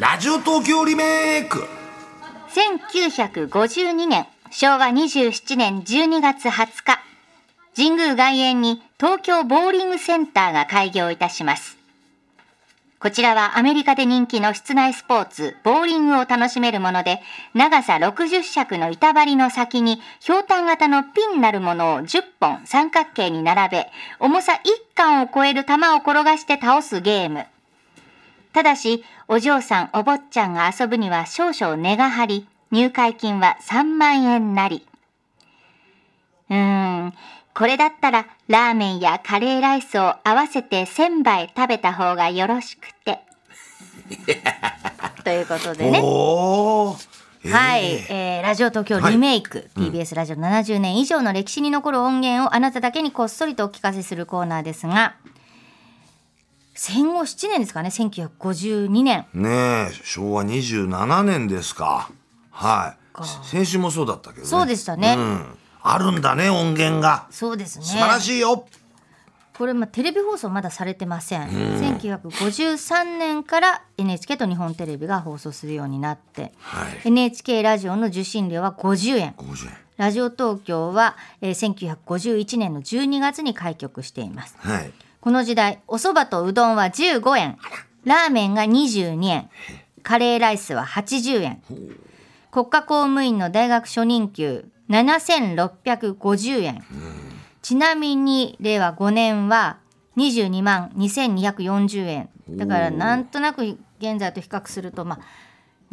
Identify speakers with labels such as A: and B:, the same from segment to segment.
A: オ東京リメイク
B: 1952年昭和27年12月20日神宮外苑に東京ボーリングセンターが開業いたしますこちらはアメリカで人気の室内スポーツボーリングを楽しめるもので長さ60尺の板張りの先にひょうたん型のピンなるものを10本三角形に並べ重さ1貫を超える球を転がして倒すゲームただし、お嬢さん、お坊ちゃんが遊ぶには少々値が張り、入会金は3万円なり。うーん、これだったらラーメンやカレーライスを合わせて1000杯食べた方がよろしく て。ということでね。
A: おお、えー
B: はい、えーラジオ東京リメイク、TBS ラジオ70年以上の歴史に残る音源をあなただけにこっそりとお聞かせするコーナーですが、戦後7年ですかね、1952年。
A: ねえ昭和27年ですかはい
B: か
A: 先週もそうだったけどね
B: そうでしたね
A: うん、あるんだね音源が
B: そうですね。
A: 素晴らしいよ、
B: これまあテレビ放送まだされてません。1953年から NHK と日本テレビが放送するようになって、
A: はい
B: NHK ラジオの受信料は50円。
A: 50円
B: ラジオ東京は、えー1951年の12月に開局しています。
A: はい
B: この時代、お蕎麦とうどんは15円、ラーメンが22円、カレーライスは80円。国家公務員の大学初任給7650円。ちなみに令和5年は22万2240円。だからなんとなく現在と比較すると、まあ、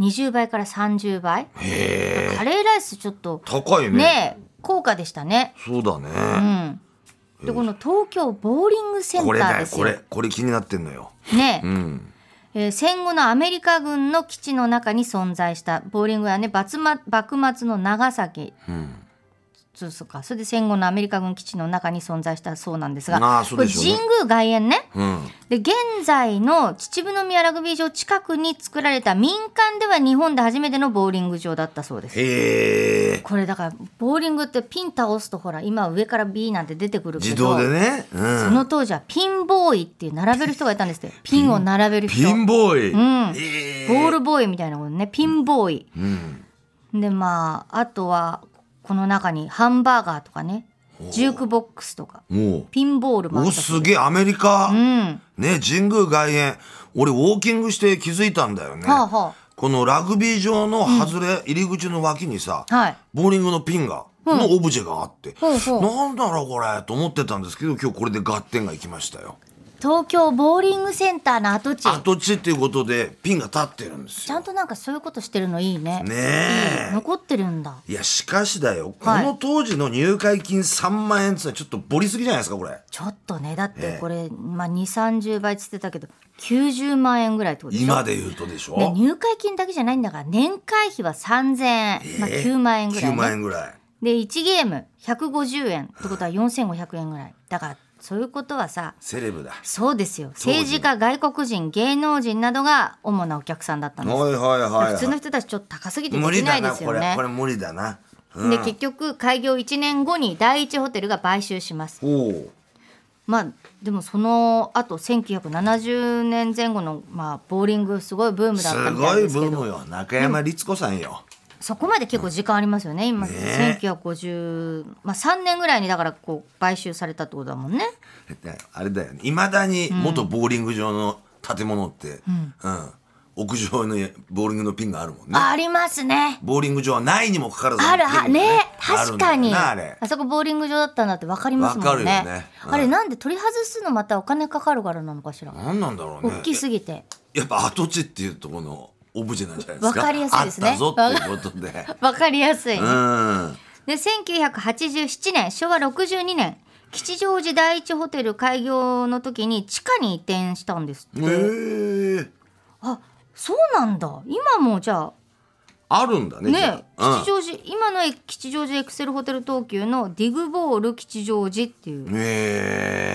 B: 20倍から30倍。
A: へえ
B: カレーライスちょっと
A: 高いね
B: ね、高価でしたね。
A: そうだね、
B: うん。で、この東京ボーリングセンタ
A: これだ
B: ーで
A: よ
B: す
A: こ
B: よ。
A: れこれ気になってんのよ
B: ね、
A: うん
B: えー戦後のアメリカ軍の基地の中に存在したボーリングはね幕末幕末の長崎
A: うん
B: そうそうかそれで戦後のアメリカ軍基地の中に存在したそうなんですが
A: ああそう
B: これ
A: でしょうね
B: 神宮外苑ね
A: うん
B: で現在の秩父宮ラグビー場近くに作られた民間では日本で初めてのボーリング場だったそうです。
A: へえ
B: これだからボーリングってピン倒すとほら今上から B なんて出てくるけど
A: 自動でね、う
B: そ
A: ん、
B: の当時はピンボーイっていう並べる人がいたんですってピンを並べる人。
A: ピンボーイ、
B: うん
A: ええ
B: ボールボーイみたいなことね、ピンボーイ。
A: うん、
B: で、まあ、あとは、この中にハンバーガーとかね、ジュークボックスとか、
A: も
B: ピンボール
A: う
B: もあっ
A: お
B: たし
A: すげえアメリカ、
B: うん。
A: ね神宮外苑俺ウォーキングして気づいたんだよね、
B: はあは
A: このラグビー場の外れ、入り口の脇にさ、
B: あ。はい。
A: ボーリングのピンが、のオブジェがあって、
B: ほうほう
A: なんだろうこれと思ってたんですけど今日これで合点がいきましたよ
B: 東京ボーリングセンターの跡地。
A: 跡地っていうことでピンが立ってるんです
B: ちゃ
A: よ
B: んとなんかそういうことしてるのいいね。
A: ねえ
B: 残ってるんだ。
A: いやしかしだよ、
B: はい
A: この当時の入会金3万円ってのはちょっとボリすぎじゃないですかこれ
B: ちょっとね、だって
A: ええ
B: これ、まあ、2、30倍って言ってたけど、90万円ぐらいってことでしょ
A: 今で言うとでしょ、
B: で入会金だけじゃないんだから、年会費は3000円。まあ、
A: ええ
B: 9万円ぐらい、ね。
A: 9万円ぐらい
B: で1ゲーム150円ってことは4500円ぐらいだからそういうことはさ
A: セレブだ
B: そうですよ
A: そうです
B: 政治家外国人芸能人などが主なお客さんだったんです
A: はいはいはい、はい、
B: 普通の人たちちょっと高すぎてで
A: 無
B: き
A: 理
B: な
A: だ
B: いで
A: な
B: す
A: こ
B: よ
A: れ
B: ね
A: これ無理だな
B: で結局開業1年後に第一ホテルが買収します
A: おお
B: まあでもその後1970年前後の、まあ、ボーリングすごいブームだっ
A: す
B: たみた
A: ご
B: い
A: い
B: です
A: ブ
B: け
A: ー
B: ど
A: ムよ中山律子さんよ、
B: そこまで結構時間ありますよね今、
A: ね
B: 1953、まあ、3年ぐらいにだからこう買収されたってことだもんね。
A: あれだよねいまだに元ボーリング場の建物って、うん屋上にボーリングのピンがあるもんね
B: あありますね。
A: ボーリング場はないにもかかわらず
B: あるは
A: ピンが
B: ね
A: ある
B: 確
A: んだよ
B: かに
A: な
B: あ
A: あれ
B: そこボーリング場だったんだって分かりますもんね
A: わかるよねうん
B: あれなんで取り外すのまたお金かかるからなのかしら、
A: 何なんだろうね
B: 大きすぎて
A: やっぱ跡地っていうところのオブジェなんじゃないですか
B: わかりやすいですね
A: あったぞっていうこと で
B: 分かりやすい、
A: うん
B: で1987年昭和62年吉祥寺第一ホテル開業の時に地下に移転したんですって、
A: へえ
B: あそうなんだ今もじゃあ
A: あるんだねじゃ
B: ね
A: あ
B: 吉祥寺、今の吉祥寺エクセルホテル東急のディグボール吉祥寺っていう
A: うん、へ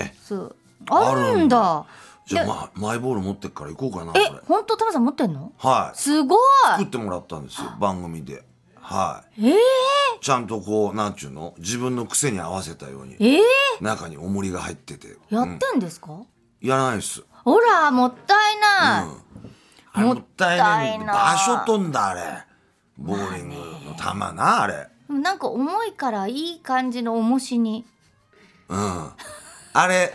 A: え
B: そうあるんだ
A: じゃあ、ま、マイボール持ってっから行こうかなこ
B: え
A: れ
B: 本当タマさん持ってんの
A: はい
B: すごい
A: 作ってもらったんですよ番組ではい
B: えー、
A: ちゃんとこうなんちゅうの自分の癖に合わせたように
B: え
A: 中に重りが入ってて
B: ー、やってんですか、
A: やらないです
B: ほらもったいない、
A: うんあれもったいねえんだよ
B: もったいな
A: 場所飛んだあれボーリングの球なあれ
B: でもなんか重いからいい感じの重しに
A: うんあれ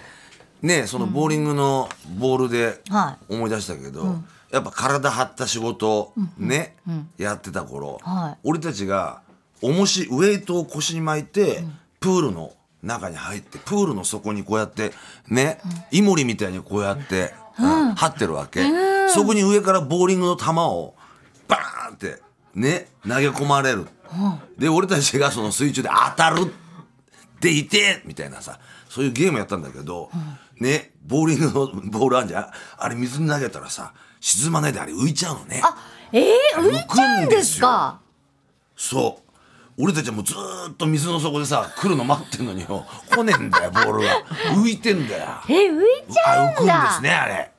A: ねそのボーリングのボールで
B: は
A: 思い出したけど、やっぱ体張った仕事ね、やってた頃、
B: はい
A: 俺たちが重しウェイトを腰に巻いて、プールの中に入ってプールの底にこうやってね、イモリみたいにこうやって、うん張ってるわけ、そこに上からボーリングの球をバーンってね投げ込まれる、で俺たちがその水中で当たるでいてみたいなさそういうゲームやったんだけど、ねボーリングのボールあんじゃんあれ水に投げたらさ沈まないであれ浮いちゃうのね
B: あえー、浮いちゃうんですか
A: そう俺たちはもうずーっと水の底でさ来るの待ってんのによ来ねえんだよボールが浮いてんだよ
B: えー、浮いちゃ
A: あ浮
B: う
A: く
B: ん
A: んで
B: だ
A: すねあれ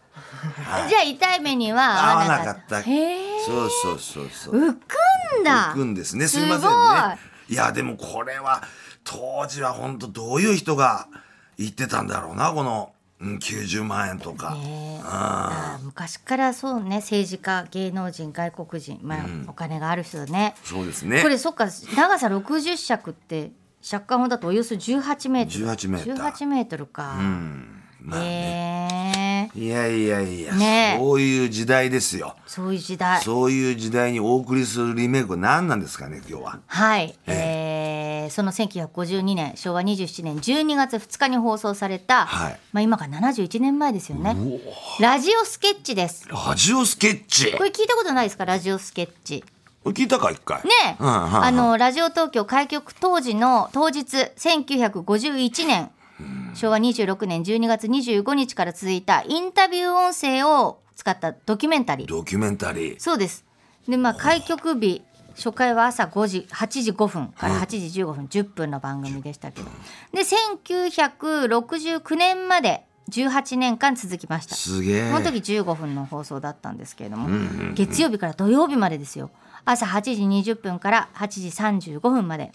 B: じゃあ痛い目には
A: 合
B: 合わ
A: わな
B: なか
A: か
B: っ
A: った
B: たへえ
A: そうそうそうそう
B: 浮くんだ
A: 行くんですね。すみ
B: ご
A: ま
B: い
A: せんね。いや、でもこれは、当時は本当どういう人が言ってたんだろうな、この、うん、90万円とか。
B: ねえ
A: あ
B: あー昔からそうね政治家芸能人外国人、まあお金がある人だね
A: そうですね
B: こ。れそっか長さ60尺って尺貫法だとおよそ18メートル
A: 18メーター
B: 18メートルか、
A: うん。まあね。
B: へえ
A: いやいやいや、
B: ねえ
A: そういう時代ですよ。
B: そういう時代
A: そういう時代にお送りするリメイクは何なんですかね、今日は。
B: はい、えーその1952年昭和27年12月2日に放送された、
A: はい
B: まあ、今から71年前ですよねラジオスケッチです
A: ラジオスケッチ
B: これ聞いたことないですかラジオスケッチ
A: 聞いたか、一回。
B: ねえ、
A: うんうんうん
B: あのラジオ東京開局当時の当日1951年昭和26年12月25日から続いたインタビュー音声を使ったドキュメンタリー
A: ドキュメンタリー。
B: そうですでまあ開局日初回は朝5時8時5分から8時15分10分の番組でしたけどで1969年まで18年間続きました
A: すげえ
B: こ。の時15分の放送だったんですけれども、月曜日から土曜日までですよ朝8時20分から8時35分まで、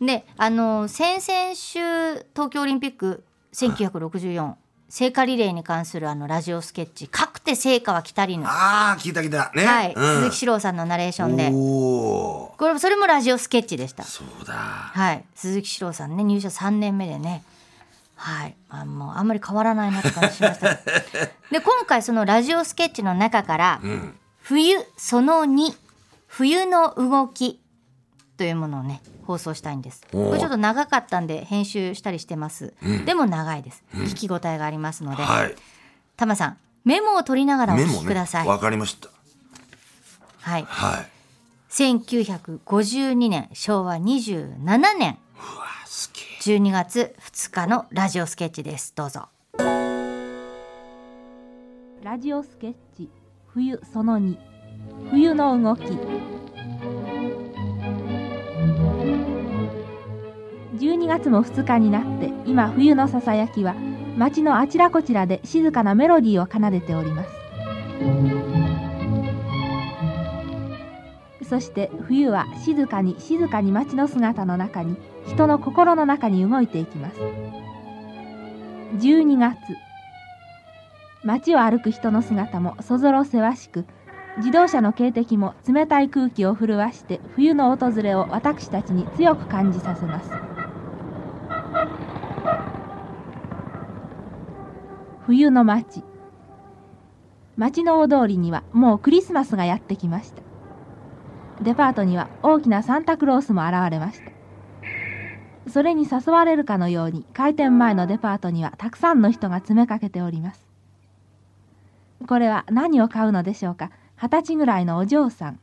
B: であの先々週東京オリンピック1964聖火リレーに関するあのラジオスケッチ「かくて聖火は来たりぬ」は
A: ああ、聞いた聞いた。ね。
B: い、
A: うん
B: 鈴木史郎さんのナレーションで
A: おー
B: これそれもラジオスケッチでした
A: そうだ。
B: はい、鈴木史郎さんね入社3年目でね、はい、あもうあんまり変わらないなって感じしました で今回そのラジオスケッチの中から「
A: ん
B: 冬その2冬の動き」というものをね放送したいんです
A: おー
B: これちょっと長かったんで編集したりしてます、でも長いです、聞き応えがありますので、
A: はい。
B: タマさんメモを取りながらお
A: メ
B: 聞
A: モ
B: き
A: ね。
B: ください、
A: わかりました。
B: はい、
A: はい。
B: 1952年昭和27年
A: うわ、すげえ。
B: 12月2日のラジオスケッチですどうぞ
C: ラジオスケッチ冬その2冬の動き12月も2日になって今冬のささやきは街のあちらこちらで静かなメロディーを奏でておりますそして冬は静かに静かに街の姿の中に人の心の中に動いていきます12月街を歩く人の姿もそぞろせわしく自動車の警笛も冷たい空気を震わして冬の訪れを私たちに強く感じさせます冬の街街の大通りにはもうクリスマスがやってきましたデパートには大きなサンタクロースも現れましたそれに誘われるかのように開店前のデパートにはたくさんの人が詰めかけておりますこれは何を買うのでしょうか二十歳ぐらいのお嬢さん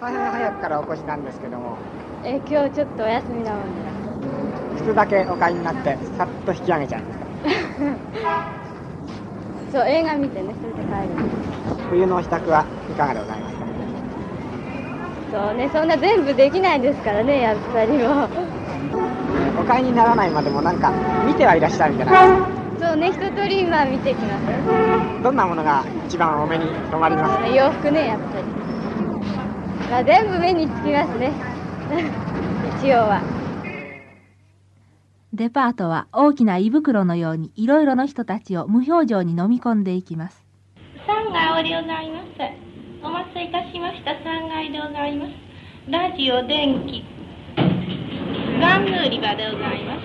D: 大変早くからお越しなんですけども
E: えー今日ちょっとお休みなもんで
D: 靴だけお買いになってさっと引き上げちゃいまし
E: そう映画見てねそれで帰る
D: た冬のお支度はいかがでございますか
E: そうねそんな全部できないですからねやっぱりもう
D: お買いにならないまでもなんか見てはいらっしゃるんじゃないで
E: そうね一通り今見てきます
D: すかどんなものが一番お目に留まりますか
E: 洋服ねやっぱり、まあ、全部目につきますね 一応は
C: デパートは大きな胃袋のようにいろいろの人たちを無表情に飲み込んでいきます
F: 3階でございます。お待たせいたしました。3階でございます。ラジオ、電気、ガン売り場でございます。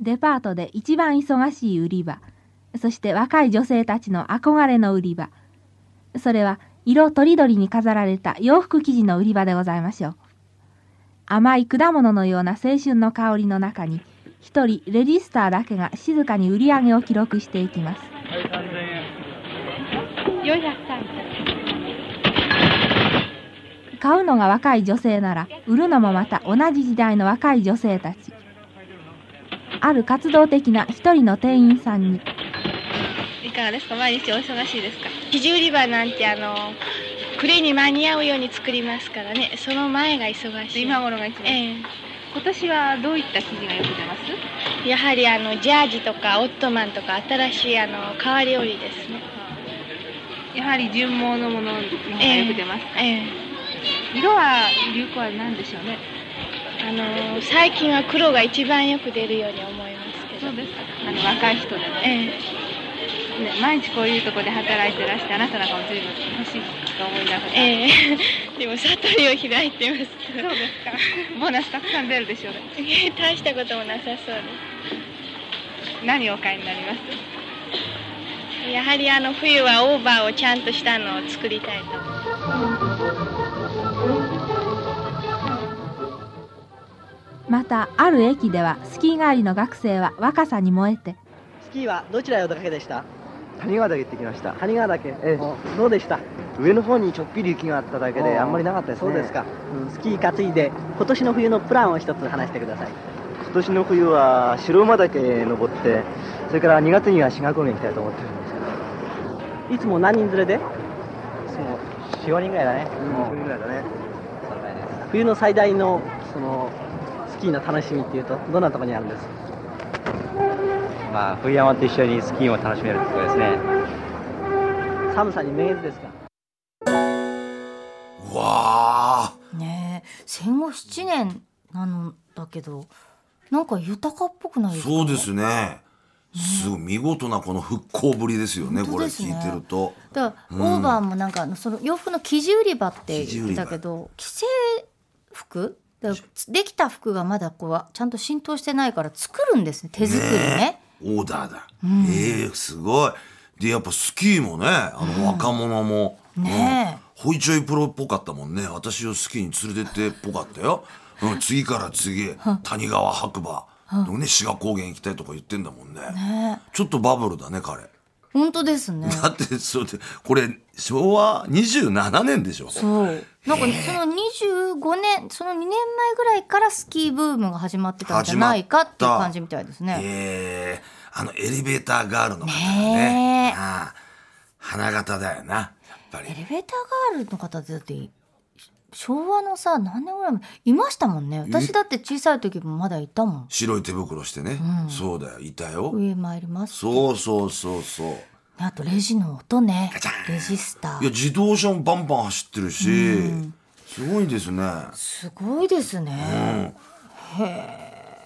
C: デパートで一番忙しい売り場そして若い女性たちの憧れの売り場それは色とりどりに飾られた洋服生地の売り場でございましょう甘い果物のような青春の香りの中に一人レジスターだけが静かに売り上げを記録していきます
F: 400単
C: 買うのが若い女性なら売るのもまた同じ時代の若い女性たちある活動的な一人の店員さんに
F: いかがですか毎日お忙しいですか生地売り場なんてあの暮れに間に合うように作りますからねその前が忙しい今頃が一番、今年はどういった生地がよく出ますやはりあのジャージとかオットマンとか新しいあの変わり織りですね
G: やはり純毛のものの方がよく出ます、
F: ええ
G: 色は流行は何でしょうね
F: あの最近は黒が一番よく出るように思いますけど、
G: ですかあの若い人でも、ね
F: ええ
G: 毎日こういうとこで働いてらしてあなたなんかも随分欲しいと思いなが ら、
F: え えでも悟りを開いてます
G: そうですかボーナスたくさん出るでしょうね
F: 大したこともなさそう
G: 何をお買いになります
F: ですやはりあの冬はオーバーをちゃんとしたのを作りたいと思います
C: またある駅ではスキー帰りの学生は若さに燃えて
H: スキーはどちらへお出かけでした
D: 谷川岳行ってきました
H: 谷川岳、
D: ええ
H: おどうでした
D: 上の方にちょっぴり雪があっただけで
H: お
D: あんまりなかったですね
H: そうですか、うん、スキー担いで今年の冬のプランを一つ話してください
D: 今年の冬は白馬岳へ登ってそれから2月には志賀高原行きたいと思ってるんですけ
H: いつも何人連れで
D: どもう45人ぐらいだね
H: うん
D: 45人ぐらいだね
H: 冬の最大のそのスキーの楽しみっていうとどんなところにあるんです
D: まあ冬山と一緒にスキーを楽しめるってことですね
H: 寒さにめげずですか
A: うわあ
B: ねえ戦後7年なのだけどなんか豊かっぽくないですか
A: そうですねすごい見事なこの復興ぶりですよねこ
B: 本当
A: れ
B: です
A: 聞
B: ね
A: いてると
B: だから、
A: うん
B: オーバーもなんかあのその洋服の生地売り場って言ってたけど既製服だからできた服がまだこうちゃんと浸透してないから作るんですね手作りね
A: オーダーだ、ええすごいでやっぱスキーもねあの若者も、うん
B: ねえ
A: ホイチョイプロっぽかったもんね私をスキーに連れてってっぽかったよ、うん、次から次へ谷川白馬のね志賀高原行きたいとか言ってんだもんね
B: ね
A: ちょっとバブルだね彼
B: 本当です ね
A: だってそうでこれ昭和27年でしょ
B: そうなんかその25年その2年前ぐらいからスキーブームが始まってたんじゃないかっていう感じみたいですね
A: ええあのエレベーターガールの方が
B: ね
A: ね
B: え
A: ああ花形だよなやっぱり
B: エレベーターガールの方ってだって昭和のさ何年ぐらい前いましたもんね私だって小さい時もまだいたもん
A: 白い手袋してね、そうだよいたよ、
B: 上参ります
A: そうそうそうそう
B: あとレジの音ねレジスタ
A: いや
B: ー
A: 自動車もバンバン走ってるし、すごいですねなん
B: すごいですね、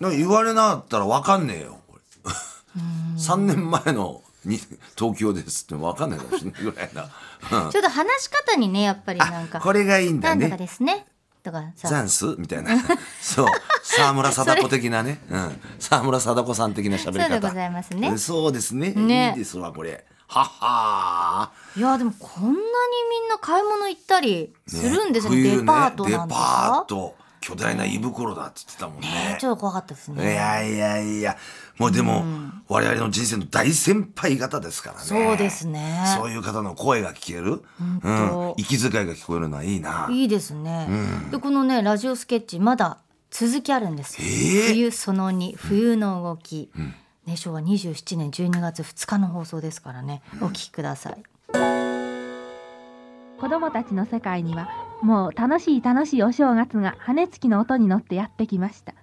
A: か言われなかったら分かんねえよこれ3年前のに東京ですって分かんないかもしれないぐらいな、うん
B: ちょっと話し方にねやっぱりなんか
A: これがいいん
B: な
A: だ
B: んとか
A: ね
B: ですねとか
A: ザ
B: さ
A: ンスみたいなそう沢村貞子的なね、うん、沢村貞子さん的な喋り方
B: そうでございますね
A: そうですね
B: ね
A: いいですわこれはっはい
B: やでもこんなにみんな買い物行ったりするんですね
A: 冬
B: デパートなん
A: デ
B: で
A: パ
B: すか
A: ート巨大な胃袋だって言ってたもんね
B: ねちょっと怖かったです
A: い
B: ね
A: やいやいやもうでも、我々の人生の大先輩方ですからね
B: そうですね
A: そういう方の声が聞ける、う
B: 当
A: ん、息遣いが聞こえるのはいいない
B: いですね、でこのねラジオスケッチまだ続きあるんです、
A: ええ
B: 冬その2冬の動き、ね、昭和27年12月2日の放送ですからねお聞きください
C: 子供たちの世界にはもう楽しい楽しいお正月が羽根つきの音に乗ってやってきました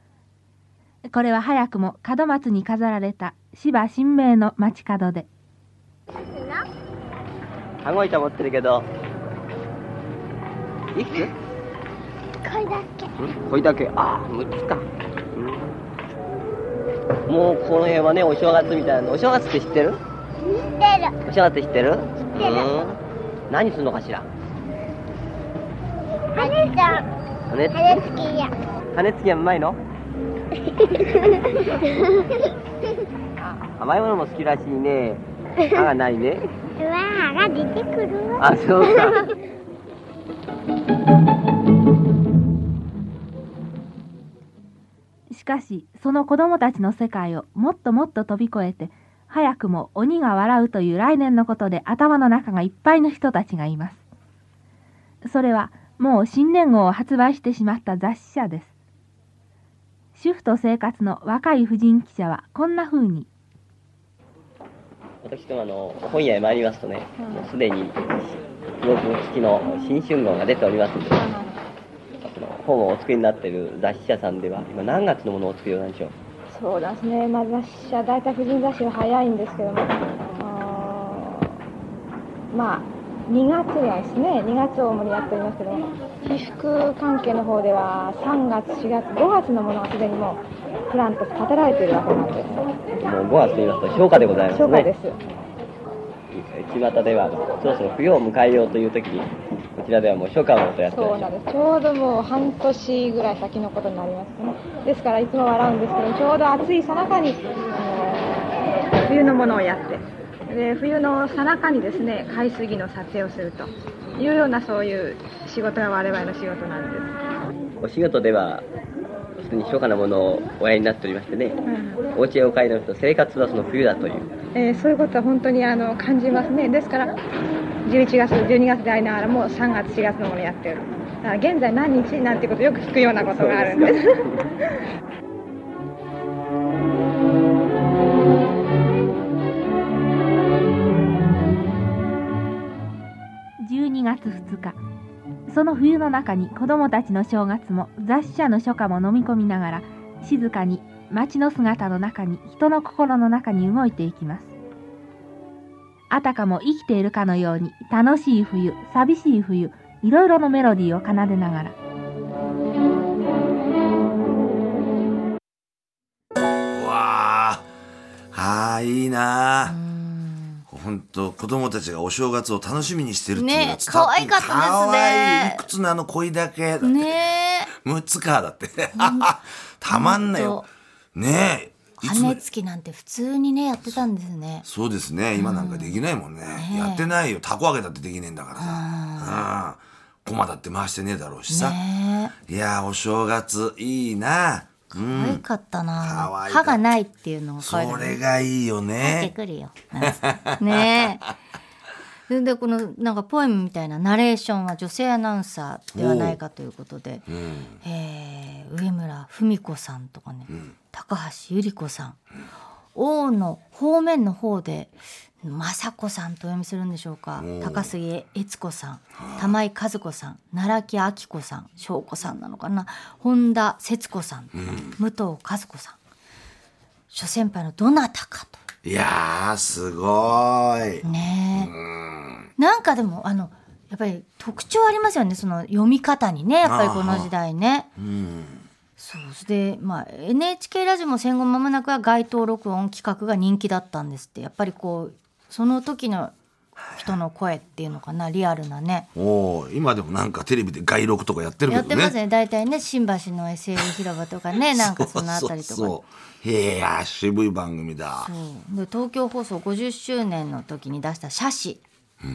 C: これは早くも門松に飾られた芝神明の街角で
H: 羽子板持ってるけどいくつ
I: これだけ
H: これだけああ6つかうんもうこの辺はねお正月みたいなんでお正月って知ってる
J: て
H: お正月って知ってる
J: 知ってる
H: うん何するのかしら
J: る。はねさん、
H: 羽
J: はねつきや。
H: 羽付きはうまい の甘いものも好きらしい ね歯がないね
J: うわーが出てくるわ。
H: あそうか。
C: しかしその子供たちの世界をもっともっと飛び越えて早くも鬼が笑うという来年のことで頭の中がいっぱいの人たちがいますそれはもう新年号を発売してしまった雑誌社です主婦と生活の若い婦人記者はこんな風に
H: 私どもあの本屋へ参りますとね、もうすでに洋風付きの新春号が出ておりますので、その本をお作りになっている雑誌社さんでは今何月のものをお作りなんでしょう
I: そうですね、まあ、雑誌は大体婦人雑誌は早いんですけども、あーまあ、2月なんですね、2月を主にやっておりますけども、被服関係の方では、3月、4月、5月のものがすでにもう、プランと立てられているわけなんです。
H: もう5月と言いますと初夏でございま
I: 初
H: すね
I: 夏です。
H: 巷ではそろそろ冬を迎えようという時にこちらではもう初夏のことをやって
I: そ
H: ら
I: う
H: っし
I: な
H: ゃ
I: ん
H: る
I: です。ちょうどもう半年ぐらい先のことになりますね。ですからいつも笑うんですけど、ちょうど暑いさなかに、あの冬のものをやって、で冬のさなかにですね、海水着の撮影をするというようなそういう仕事が我々の仕事なんです。
H: お仕事ではすでに初夏のものをおやりになっておりましてね、
I: ん
H: お家へお帰りの人生活はその冬だという
I: えーそういうことは本当にあの感じますね。ですから11月、12月でありながらもう3月、4月のものやってる。だから現在何日なんてことよく聞くようなことがあるんです。
C: 12月2日その冬の中に子供たちの正月も雑誌社の初夏も飲み込みながら静かに街の姿の中に人の心の中に動いていきますあたかも生きているかのように楽しい冬寂しい冬いろいろのメロディーを奏でながら
A: うわああーいいなあ本当子供たちがお正月を楽しみにしてるっていうのが伝わっ
B: ね
A: てくる
B: 可愛かったですね
A: 可愛いいくつなの恋だけだって、
B: ね
A: 6つかだってたまんないよねえ
B: え
A: いつ
B: 羽根つきなんて普通にねやってたんですね
A: そうですね今なんかできないもんね、
B: え
A: やってないよたこ揚げだってできねえんだからさうん駒だって回してねえだろうしさ、
B: ね
A: いやーお正月いいなう
B: え可愛
A: ん
B: かった
A: 可
B: な
A: 愛い
B: 歯がないっていうのが可愛い
A: それがいいよ
B: 入って
A: ね
B: くるよねえでこのなんかポエムみたいなナレーションは女性アナウンサーではないかということで、
A: うん
B: えー上村文子さんとかね、高橋百合子さん、王の方面の方で雅子さんとお読みするんでしょうか
K: おう
B: 高杉悦子さん玉井和子さん奈良木明子さん翔子さんなのかな本田節子さん、武藤和子さん諸先輩のどなたか
A: いやーすごい
B: ねなんかでもあのやっぱり特徴ありますよねその読み方にねやっぱりこの時代ね。
A: うん
B: そうで、まあ、NHK ラジオも戦後間もなくは街頭録音企画が人気だったんですってやっぱりこうその時の人の声っていうのかなリアルなね
A: おー今でもなんかテレビで外録とかやってるけ
B: や
A: ど
B: っ
A: ね
B: てますね大体ね新橋の SL 広場と かねなんかそのあたりとか
A: そうそうそうへえあー渋い番組だ
B: そうで東京放送50周年の時に出した写真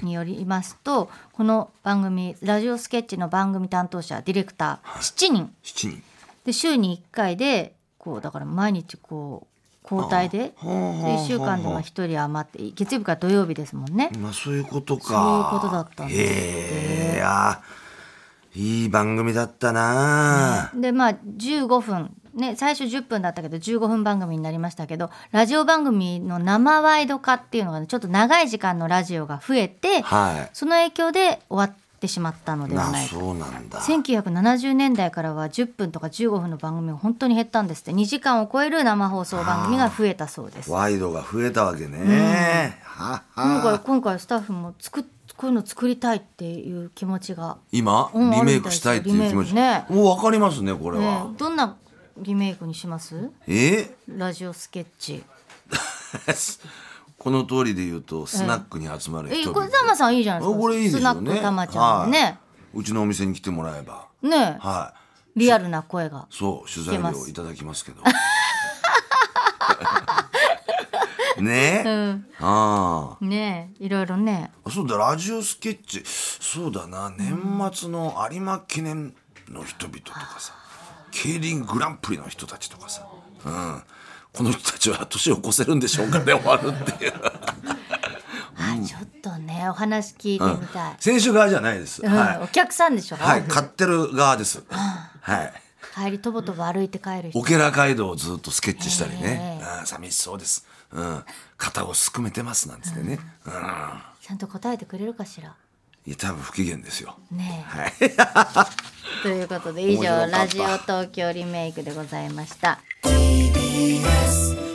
B: によりますと、この番組ラジオスケッチの番組担当者ディレクター7人
A: 7人
B: で週に1回でこうだから毎日こう交代でで
A: ほうほう
B: 1週間でまあ1人余って月曜日から土曜日ですもんね。
A: まあそういうことか
B: そういうことだったんですって
A: へえあーいい番組だったな、
B: でまあ15分ね最初10分だったけど15分番組になりましたけどラジオ番組の生ワイド化っていうのが、ね、ちょっと長い時間のラジオが増えて、
A: はい
B: その影響で終わってしまったのでは
A: な
B: ないか。
A: そうなんだ
B: 1970年代からは10分とか15分の番組が本当に減ったんですって2時間を超える生放送番組が増えたそうです。
A: ワイドが増えたわけね、は
B: 今回
A: は
B: 今回スタッフも作っこういうの作りたいっていう気持ちが、
A: 今
B: うん
A: リメイクしたいっていう気持ち、
B: あるみたいですよリメイク
A: もうわかりますねこれは、
B: ね、どんなリメイクにします
A: え
B: ラジオスケッチ
A: この通りで言うとスナックに集まる
B: え
A: 人
B: こ
A: 々
B: れざまさんいいじゃないですか
A: これいいです
B: スナ
A: よ
B: ック
A: ね
B: たまちゃんでね
A: はいうちのお店に来てもらえば
B: ねえ
A: は
B: リアルな声が
A: いそう取材
B: 聞けます
A: 料いただきますけ どねえ、
B: うん
A: あ
B: ねえいろいろね
A: あそうだラジオスケッチそうだな年末の有馬記念の人々とかさ競輪グランプリの人たちとかさうんこの人たちは年を越せるんでしょうか で終わるっていううん
B: ちょっとねお話聞いてみたい、
A: 選手側じゃないです、
B: うん
A: はい
B: お客さんでしょ、
A: はい、買ってる側です。はい。
B: 帰りとぼとぼ歩いて帰る人
A: オケラ街道をずっとスケッチしたりね。あー寂しそうです。うん。肩をすくめてますなんつってね。うん。い
B: ちゃんと答えてくれるかしら
A: や、多分不機嫌ですよ。
B: ねえ
A: はい。
B: ということで以
A: 面
B: 上
A: 白かった
B: ラジオ東京リメイクでございました
L: TBS